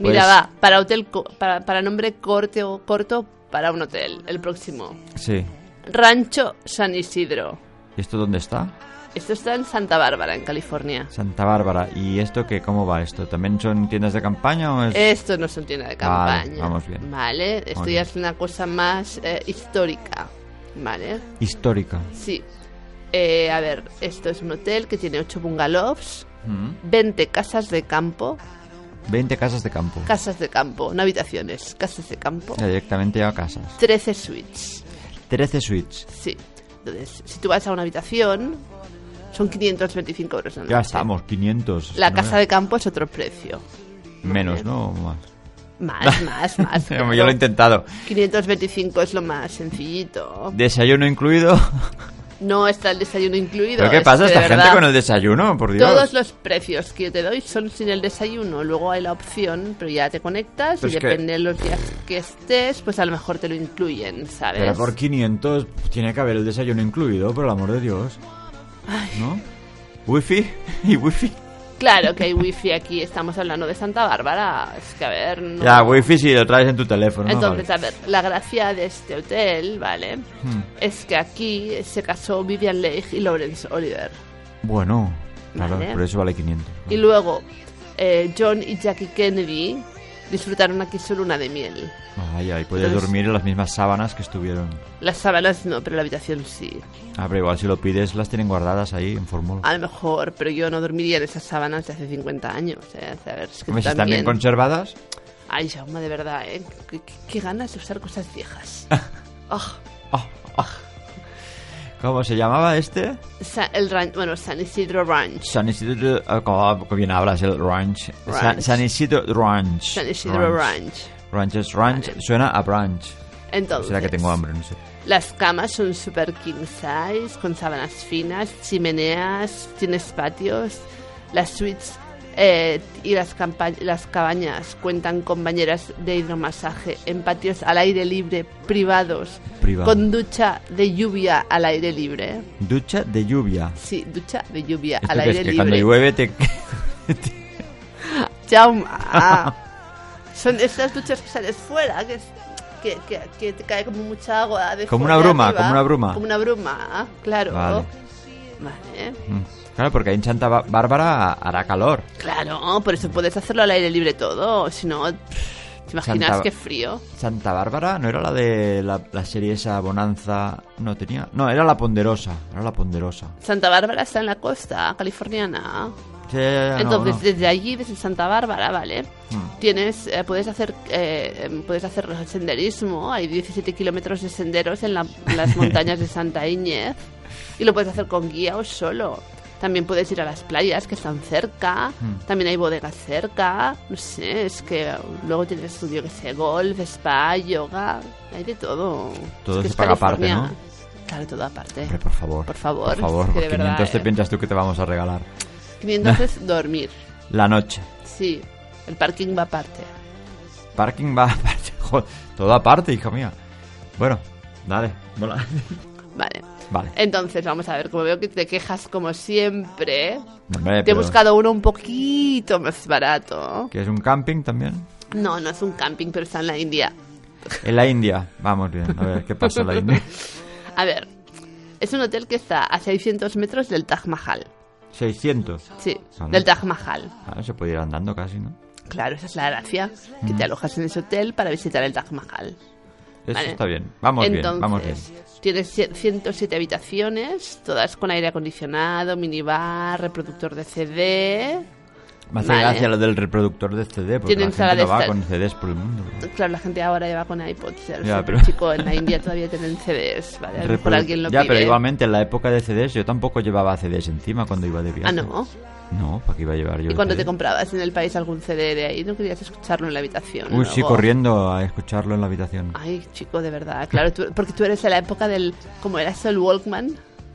Mira,
Pues-
va, para hotel co- para, para nombre corto o corto para un hotel, el próximo.
Sí.
Rancho San Isidro.
¿Y esto dónde está?
Esto está en Santa Bárbara, en California.
Santa Bárbara. ¿Y esto qué? ¿Cómo va esto? ¿También son tiendas de campaña o es...?
Esto no son tienda de
Vale,
campaña.
vamos bien.
Vale, esto
Muy bien.
ya es una cosa más eh, histórica. Vale,
Histórica.
sí. Eh, a ver, esto es un hotel que tiene 8 bungalows,
Mm.
20 casas de campo,
20 casas de campo.
casas de campo, no habitaciones, casas de campo,
Ya directamente a casas.
13 suites.
13 suites.
Sí. Entonces, si tú vas a una habitación, son 525 euros. la
Ya
noche.
estamos, 500.
La
No
casa
me-
de campo es otro precio.
Menos, ¿no? O Más.
Más, más, más.
Yo lo he intentado.
525 es lo más sencillito.
Desayuno incluido.
No está el desayuno incluido.
¿Pero qué
es
pasa
que de
esta gente
verdad,
con el desayuno? Por Dios.
Todos los precios que te doy son sin el desayuno. Luego hay la opción, pero ya te conectas
Pero
y
es que-
depende de los días que estés, pues a lo mejor te lo incluyen, ¿sabes?
Pero por 500 tiene que haber el desayuno incluido, por el amor de Dios. ¿No? Wifi y wifi.
Claro que hay wifi aquí, estamos hablando de Santa Bárbara. Es que a ver, no-
Ya, wifi si lo traes en tu teléfono.
Entonces,
vale.
a ver, la gracia de este hotel, ¿vale?
Hmm.
Es que aquí se casó Vivian Leigh y Lawrence Oliver.
Bueno, claro,
Vale.
por eso vale 500.
Y luego, eh, John y Jackie Kennedy disfrutaron aquí su luna de miel.
Ay, ay, puedes
Entonces-
dormir en las mismas sábanas que estuvieron.
Las sábanas no, pero la habitación sí.
Ah, pero igual si lo pides las tienen guardadas ahí en fórmula.
A lo mejor, pero yo no dormiría en esas sábanas de hace 50 años. ¿eh? O sea, a ver, es que
Hombre, si están
también...
bien conservadas.
Ay, Jaume, de verdad, ¿eh? Qué, qué- qué ganas de usar cosas viejas. Oh,
¿Cómo se llamaba este?
Sa- el ran- bueno, San Isidro Ranch.
San Isidro... ah, ¿Cómo bien hablas el ranch?
Ranch.
San, San Isidro Ranch.
San Isidro Ranch.
Ranches ranch.
Vale.
Suena a branch.
Entonces...
Será que tengo hambre, no sé.
Las camas son super king size, con sábanas finas, chimeneas, tienes patios. Las suites eh, y las, campa- las cabañas cuentan con bañeras de hidromasaje en patios al aire libre privados,
Privado.
con ducha de lluvia al aire libre.
Ducha de lluvia.
Sí, ducha de lluvia
¿Esto
al
qué
aire
es? Que cuando
libre.
llueve te...
Jaume, ah. Son estas duchas que sales fuera, que, es- que, que- que te cae como mucha agua. de
Como
fuera
una bruma,
arriba.
como una bruma.
Como una bruma, ah, claro.
Vale.
Vale.
Mm. Claro, porque ahí en Santa Ba- Bárbara hará calor.
Claro, por eso puedes hacerlo al aire libre todo. Si no, pff, ¿Te imaginas
Santa-
qué frío?
Santa Bárbara no era la de la, la serie esa Bonanza. No tenía. No, era la Ponderosa. Era la Ponderosa.
Santa Bárbara está en la costa californiana.
Sí, ya, ya, no,
Entonces,
no. Hmm.
desde allí, desde Santa Bárbara, ¿vale? Tienes, eh, puedes hacer, eh, em, puedes hacer senderismo. Hay 17 kilómetros de senderos en la- las montañas de Santa Iñez y lo puedes hacer con guía o solo. También puedes ir a las playas que están cerca.
Hmm.
También hay bodegas cerca. No sé, es que eh, luego tienes estudio que sé, golf, spa, yoga, hay de todo.
Todo
Es que
se
es
paga aparte,
California.
¿no?
Claro, todo aparte.
Hombre, por favor.
Por favor,
Por favor,
es que
por
de
500
verdad,
te
eh.
piensas tú que te vamos a regalar.
500 es dormir.
La noche.
Sí, el parking va aparte.
Parking va aparte. Joder, todo aparte, hija mía. Bueno, dale. Mola.
Vale.
Vale.
Entonces, vamos a ver, como veo que te quejas como siempre,
Hombre,
te he
pero-
buscado uno un poquito más barato.
Que es un camping también.
No, no es un camping, pero está en la India.
En la India. Vamos bien. A ver, ¿qué pasa en la India?
A ver, es un hotel que está a 600 metros del Taj Mahal.
600.
Sí,
Vale.
del Taj Mahal.
Ah, se puede ir andando casi, ¿no?
Claro, esa es la gracia, que
Mm.
te alojas en ese hotel para visitar el Taj Mahal.
Eso
Vale.
está bien. Vamos bien, vamos bien.
Entonces, Tienes cie- 107 habitaciones, todas con aire acondicionado, minibar, reproductor de CD.
Me hace
Vale.
gracia lo del reproductor de CD, porque la
Tienen sala
gente
de
no va
estar.
con CDs por el mundo.
Claro, la gente ahora lleva con iPods. ya lo
Ya,
sé,
pero-
chico, en la India todavía tienen CDs, ¿vale? A lo mejor
Reprodu-
alguien lo
ya,
pide.
pero igualmente en la época de CDs yo tampoco llevaba CDs encima cuando iba de viaje.
Ah, ¿no?
No, ¿para qué iba a llevar yo
Y
el
cuando
CD?
te comprabas en el país algún CD de ahí, no querías escucharlo en la habitación.
Uy,
luego?
sí, corriendo a escucharlo en la habitación.
Ay, chico, de verdad. Claro, tú- porque tú eres de la época del... Como eras el Walkman.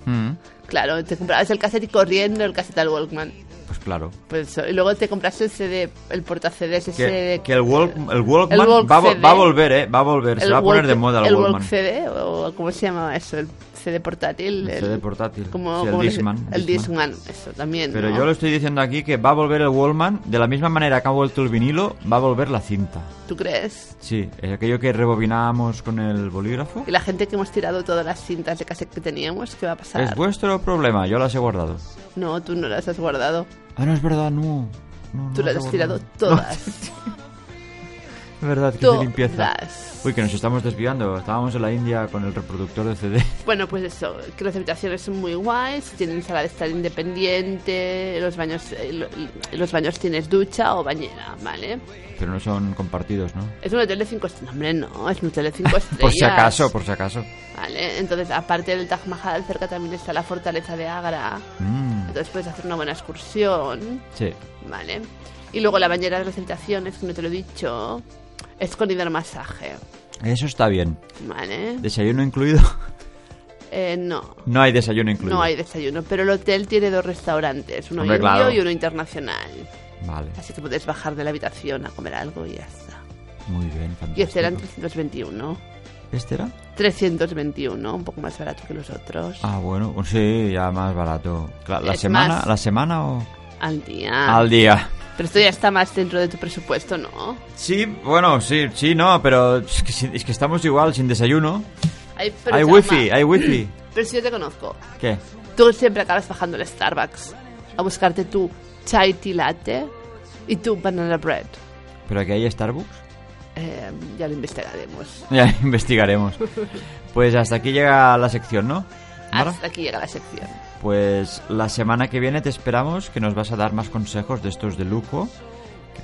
Mm,
Claro, te comprabas el cassette y corriendo el cassette al Walkman.
pues claro.
Pues eso, y luego te compraste el CD, el portaCDs ese
Que,
de-
que el, walk, el Walkman
El Walk
va, a vo-
CD.
va a volver, ¿eh? Va a volver, se va a poner
Walk-
de moda el,
el
Walkman.
Walk CD, o ¿cómo se llamaba eso? El CD portátil.
El CD portátil.
como-
Sí, el
como le-
Discman,
El
Discman.
Discman, eso también.
Pero
¿no?
yo lo estoy diciendo aquí que va a volver el Wallman, de la misma manera que ha vuelto el vinilo, va a volver la cinta.
¿Tú crees?
Sí, es aquello que rebobinábamos con el bolígrafo.
Y la gente que hemos tirado todas las cintas de cassette que teníamos, ¿qué va a pasar?
Es vuestro problema, yo las he guardado.
No, tú no las has guardado.
Ah, no, es verdad, no. No, no
Tú las
he
has tirado
guardado.
todas.
No, es verdad, que se limpieza.
todas.
Uy, que nos estamos desviando. Estábamos en la India con el reproductor de CD.
Bueno, pues eso, que las habitaciones son muy guays, tienen sala de estar independiente, los baños, eh, lo- y los baños tienes ducha o bañera, ¿vale?
Pero no son compartidos, ¿no?
Es un hotel de 5 estrellas. Hombre, no, es un hotel de 5 estrellas.
Por si acaso, por si acaso.
Vale, entonces aparte del Taj Mahal cerca también está la fortaleza de Agra.
Mm,
Entonces puedes hacer una buena excursión,
sí.
¿vale? Y luego la bañera de las habitaciones, que no te lo he dicho, es con hidromasaje,
Eso está bien.
¿vale?
¿Desayuno incluido?
Eh, no,
No hay desayuno incluido.
no hay desayuno, pero el hotel tiene dos restaurantes, uno
Hombre,
indio
claro.
y uno internacional.
Vale,
Así que puedes bajar de la habitación a comer algo y ya está.
muy bien,
Y este eran
fantástico.
321.
¿Este era?
321, un poco más barato que los otros.
Ah, bueno, sí, ya más barato. Claro, ¿La
Es
semana?
más- Ah.
¿La semana o...?
Al día.
Al día.
Pero esto ya está más dentro de tu presupuesto, ¿no?
Sí, bueno, sí, sí, no, pero es que, si- es que estamos igual, sin desayuno.
Ay, pero
hay
Jaume,
wifi, hay wifi.
Pero si yo te conozco,
¿Qué?
tú siempre acabas bajando el Starbucks a buscarte tu chai tea latte y tu banana bread.
¿Pero aquí hay Starbucks?
Eh, ya lo investigaremos.
Ya investigaremos. Pues hasta aquí llega la sección, ¿no? Mara?
Hasta aquí llega la sección.
Pues la semana que viene te esperamos que nos vas a dar más consejos de estos de lujo.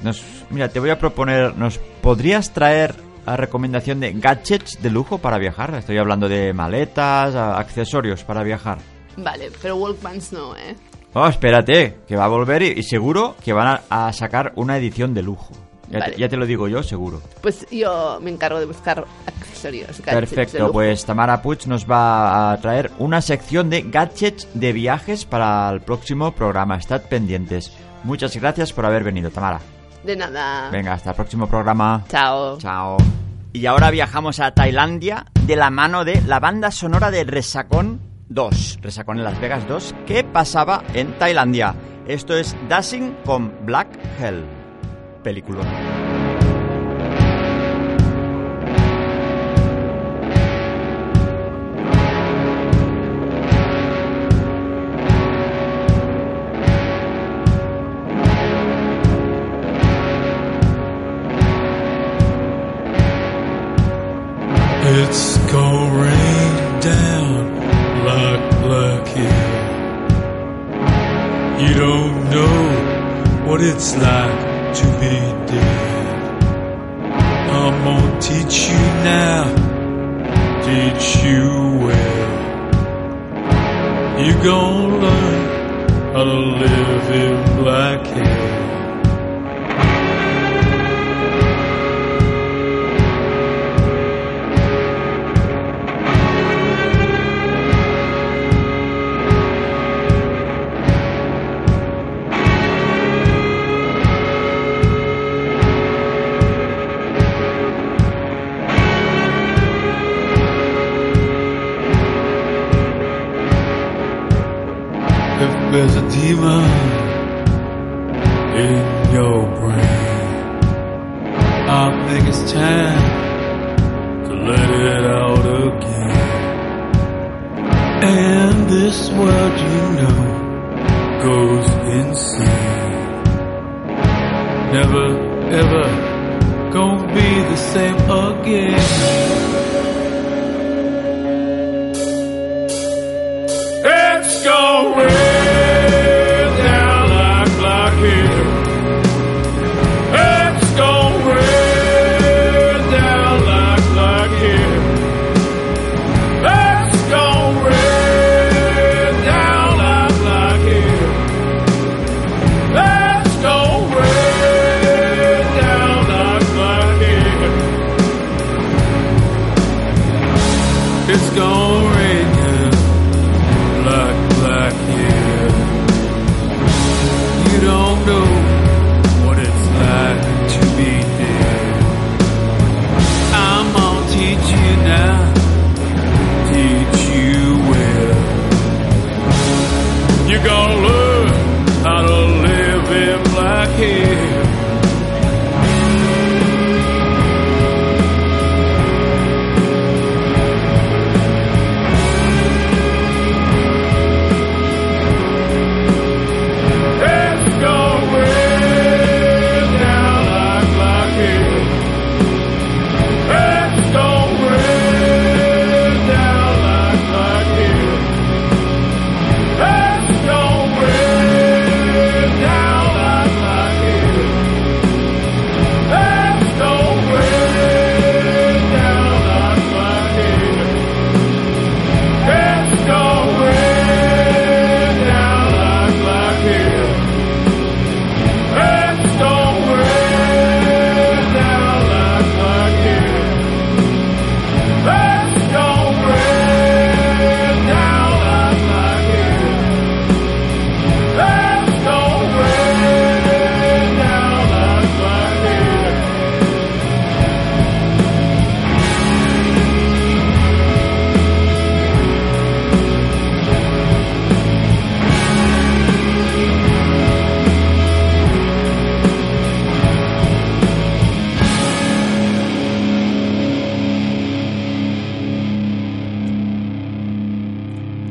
Nos, mira, te voy a proponer, ¿nos podrías traer la recomendación de gadgets de lujo para viajar? Estoy hablando de maletas, a- accesorios para viajar.
Vale, pero Walkmans no, ¿eh?
Oh, espérate, que va a volver y, y seguro que van a, a sacar una edición de lujo. Ya,
Vale.
te, ya te lo digo yo, seguro.
Pues yo me encargo de buscar accesorios. gadgets de
Perfecto,
lujo.
pues Tamara Puig nos va a traer una sección de gadgets de viajes para el próximo programa. Estad pendientes. Muchas gracias por haber venido, Tamara.
De nada.
Venga, hasta el próximo programa.
Chao.
Chao. Y ahora viajamos a Tailandia de la mano de la banda sonora de Resacón 2. Resacón en Las Vegas 2. ¿Qué pasaba en Tailandia? Esto es Dashing con Black Hell. Película.
You don't know what it's like to be dead. I'm gonna teach you now, teach you well. You're gonna learn how to live in black hair. if there's a demon in your brain. I think it's time to let it out again. And this world you know goes insane. Never, ever gonna be the same again. It's going down like blockade. It's going down like blockade. It's going down like blockade. It's going down like blockade. It's gonna rain now black, black hair. You don't know what it's like to be dead. I'm gonna teach you now, teach you well. You're gonna learn how to live in black hair. It's going down like blockade. It's going down like blockade. It's going down like blockade. It's going down like blockade. It's going down like blockade. It's going down like blockade. It's going down like blockade. It's going down like blockade.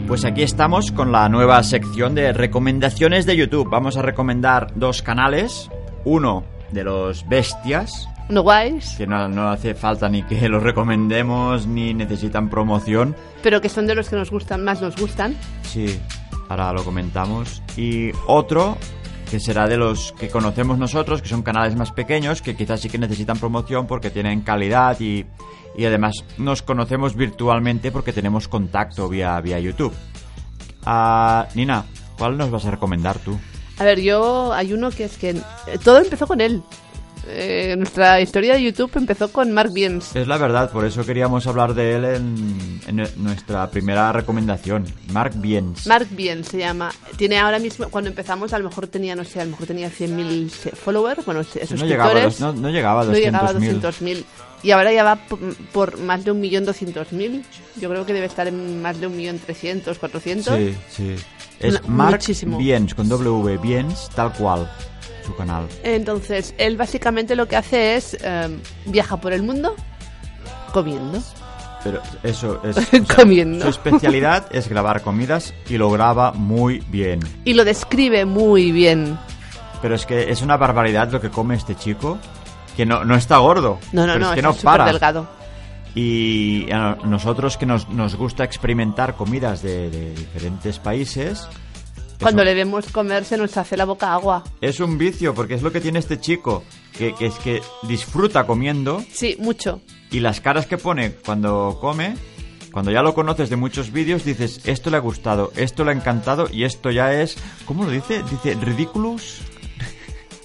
Pues aquí estamos con la nueva sección de recomendaciones de YouTube. Vamos a recomendar dos canales. Uno de los bestias,
No guays,
que no, no hace falta ni que los recomendemos ni necesitan promoción.
pero que son de los que nos gustan, más nos gustan.
Sí, ahora lo comentamos. Y otro que será de los que conocemos nosotros, que son canales más pequeños, que quizás sí que necesitan promoción porque tienen calidad y, y además nos conocemos virtualmente porque tenemos contacto vía, vía YouTube. Ah, Nina, ¿cuál nos vas a recomendar tú?
A ver, yo hay uno que es que eh, todo empezó con él. Eh, nuestra historia de YouTube empezó con Mark Biens.
Es la verdad, por eso queríamos hablar de él en, en nuestra primera recomendación. Mark Biens.
Mark Bien se llama. Tiene ahora mismo, cuando empezamos, a lo mejor tenía, no sé, a lo mejor tenía 100.000 se- followers, bueno, se-
no, llegaba a
suscriptores.
los- no, no llegaba a
No llegaba a
200.000.
200.000. Y ahora ya va por, por más de 1.200.000. Yo creo que debe estar en más de 1.300.000, 400.
Sí, sí. Es
Una-
Mark
muchísimo.
Biens, con W, Biens, tal cual, su canal.
Entonces, él básicamente lo que hace es eh, viaja por el mundo comiendo.
Pero eso es... o sea,
Comiendo.
Su especialidad es grabar comidas y lo graba muy bien.
Y lo describe muy bien.
Pero es que es una barbaridad lo que come este chico, que no, no está gordo.
No, no,
pero
no,
es que
está
no
súper
para.
delgado.
Y
eh,
a nosotros que nos, nos gusta experimentar comidas de, de diferentes países,
Cuando le vemos comer se nos hace la boca agua.
Es un vicio, porque es lo que tiene este chico, que, que es que disfruta comiendo
Sí, mucho.
y las caras que pone cuando come, cuando ya lo conoces de muchos vídeos, dices, esto le ha gustado, esto le ha encantado y esto ya es, ¿cómo lo dice? Dice, ridiculous.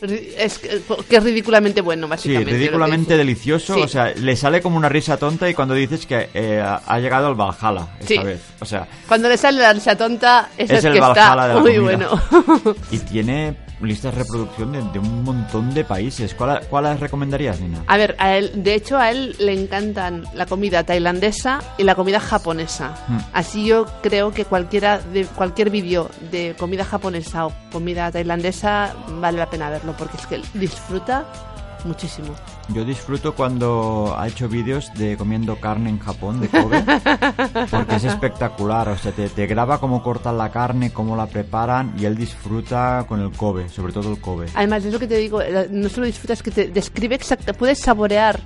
Ri- Es que que es ridículamente bueno,
Sí,
básicamente.
ridículamente
lo que dice.
delicioso,
Sí.
o sea, le sale como una risa tonta y cuando dices que eh, ha llegado al Valhalla esta
Sí.
vez, o sea,
Cuando le sale la risa tonta, ese
Es
es,
el
que
Valhalla de
está
la
muy
comida.
bueno.
y tiene listas de reproducción de, de un montón de países. ¿Cuál, cuál las recomendarías, Nina?
A ver, a él, de hecho a él le encantan la comida tailandesa y la comida japonesa.
Hmm.
Así yo creo que cualquiera de cualquier vídeo de comida japonesa o comida tailandesa vale la pena verlo porque es que él disfruta muchísimo.
Yo disfruto cuando ha hecho vídeos de comiendo carne en Japón, de Kobe, porque es espectacular. O sea, te, te graba cómo cortan la carne, cómo la preparan y él disfruta con el Kobe, sobre todo el Kobe.
Además, es lo que te digo, eh, no solo disfrutas, que te describe exacta, puedes saborear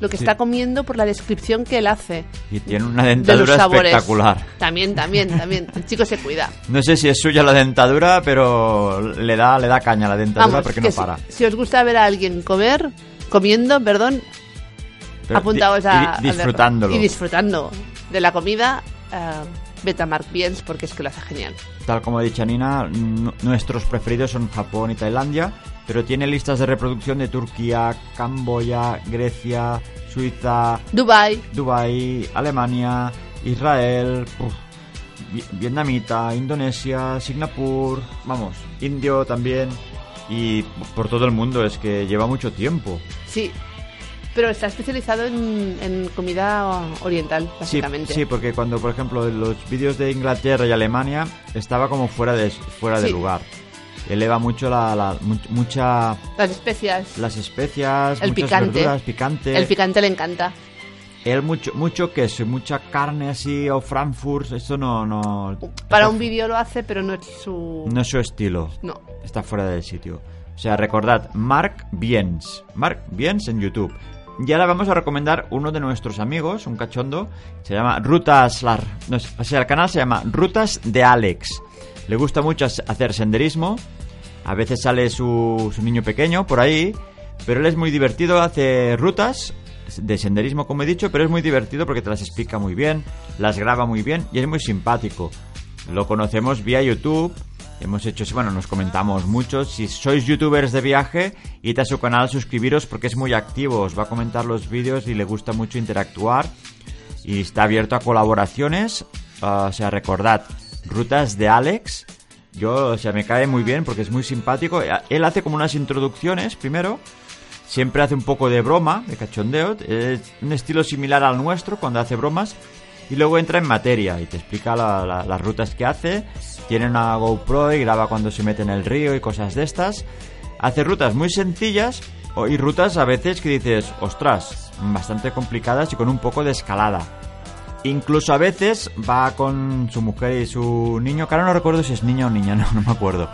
lo que
Sí.
está comiendo por la descripción que él hace.
Y tiene una
De los
dentadura
sabores.
espectacular.
También, también, también. El chico se cuida.
No sé si es suya la dentadura, pero le da, le da caña a la dentadura
Vamos,
porque
que
no
si-
para.
Si, os gusta ver a alguien comer, comiendo, perdón,
Pero
apuntaos
di-
a.
y
a verlo.
disfrutándolo.
Y disfrutando de la comida, eh, Betamark Biens, porque es que lo hace genial.
Tal como ha dicho Nina, n- nuestros preferidos son Japón y Tailandia, pero tiene listas de reproducción de Turquía, Camboya, Grecia, Suiza,
Dubai,
Dubái, Alemania, Israel, uf, vi- vietnamita, Indonesia, Singapur, vamos, indio también y por todo el mundo, es que lleva mucho tiempo.
sí. Pero está especializado en, en comida oriental,
Sí,
básicamente.
sí, porque cuando, por ejemplo, en los vídeos de Inglaterra y Alemania estaba como fuera de, fuera de
Sí.
lugar. Eleva mucho la, la- mu- mucha,
Las especias.
las especias,
El
muchas
picante.
verduras, picante.
El picante le encanta.
Él mucho, mucho queso, y mucha carne así o Frankfurt, esto no, no.
Para
está-
un vídeo lo hace, pero no es su.
No es su estilo.
No.
Está fuera del sitio. O sea, recordad, Mark Biens. Mark Biens en YouTube. Y ahora vamos a recomendar uno de nuestros amigos, un cachondo. Se llama Rutas Lar. no, o sea, el canal se llama Rutas de Alex. Le gusta mucho as- hacer senderismo. A veces sale su, su niño pequeño por ahí. Pero él es muy divertido, hace rutas de senderismo, como he dicho, pero es muy divertido porque te las explica muy bien, las graba muy bien y es muy simpático. Lo conocemos vía YouTube. Hemos hecho, bueno, nos comentamos mucho. Si sois youtubers de viaje, id a su canal, suscribiros porque es muy activo, os va a comentar los vídeos y le gusta mucho interactuar. Y está abierto a colaboraciones. Ah, o sea, recordad, rutas de Alex. Yo, o sea, me cae muy bien porque es muy simpático. Él hace como unas introducciones primero siempre hace un poco de broma, de cachondeo, es un estilo similar al nuestro cuando hace bromas, y luego entra en materia y te explica la- la- las rutas que hace, tiene una GoPro y graba cuando se mete en el río y cosas de estas, hace rutas muy sencillas o- y rutas a veces que dices, ostras, bastante complicadas y con un poco de escalada. Incluso a veces va con su mujer y su niño, que ahora no recuerdo si es niño o niña, no, no me acuerdo.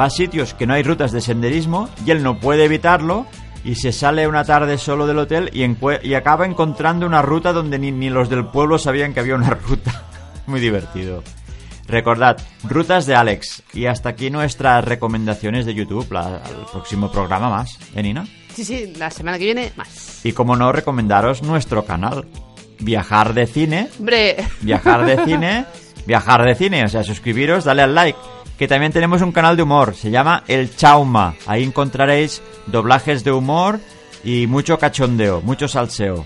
Va a sitios que no hay rutas de senderismo y él no puede evitarlo y se sale una tarde solo del hotel y, encue- y acaba encontrando una ruta donde ni, ni los del pueblo sabían que había una ruta. Muy divertido. Recordad, rutas de Alex. Y hasta aquí nuestras recomendaciones de YouTube, la- al próximo programa más, ¿eh, Nina?
Sí, sí, la semana que viene más.
Y como no, recomendaros nuestro canal, Viajar de Cine,
Hombre,
Viajar de cine, viajar de cine, o sea, suscribiros, dale al like. Que también tenemos un canal de humor, se llama El Chauma. Ahí encontraréis doblajes de humor y mucho cachondeo, mucho salseo.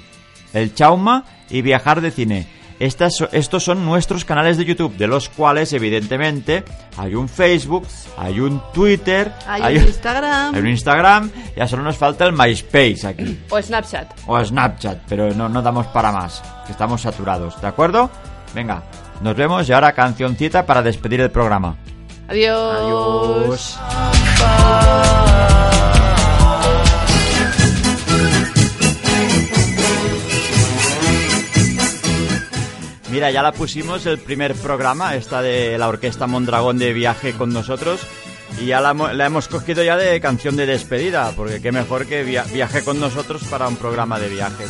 El Chauma y viajar de cine. Estas, so- estos son nuestros canales de YouTube, de los cuales, evidentemente, hay un Facebook, hay un Twitter,
hay, un Instagram
hay un Instagram, ya solo nos falta el MySpace aquí
o Snapchat.
o Snapchat, pero no, no damos para más, que estamos saturados, ¿de acuerdo? Venga, nos vemos y ahora cancioncita para despedir el programa.
Adiós.
Mira, ya la pusimos el primer programa, esta de la Orquesta Mondragón de viaje con nosotros. Y ya la, hemo- la hemos cogido ya de canción de despedida, porque qué mejor que via- viaje con nosotros para un programa de viajes.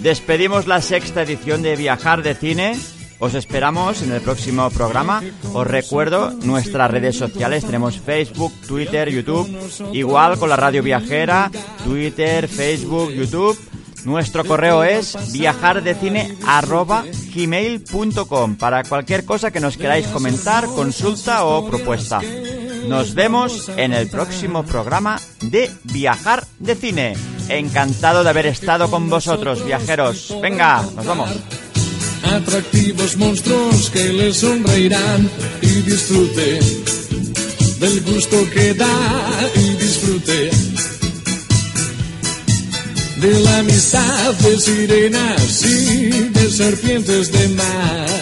Despedimos la sexta edición de Viajar de Cine
Os esperamos en el próximo programa. Os recuerdo nuestras redes sociales. Tenemos Facebook, Twitter, YouTube. Igual con la radio viajera. Twitter, Facebook, YouTube. Nuestro correo es viajardecine.gmail.com para cualquier cosa que nos queráis comentar, consulta o propuesta. Nos vemos en el próximo programa de Viajar de Cine. Encantado de haber estado con vosotros, viajeros. Venga, nos vamos.
atractivos monstruos que le sonreirán y disfrute del gusto que da y disfrute de la amistad de sirenas y de serpientes de mar.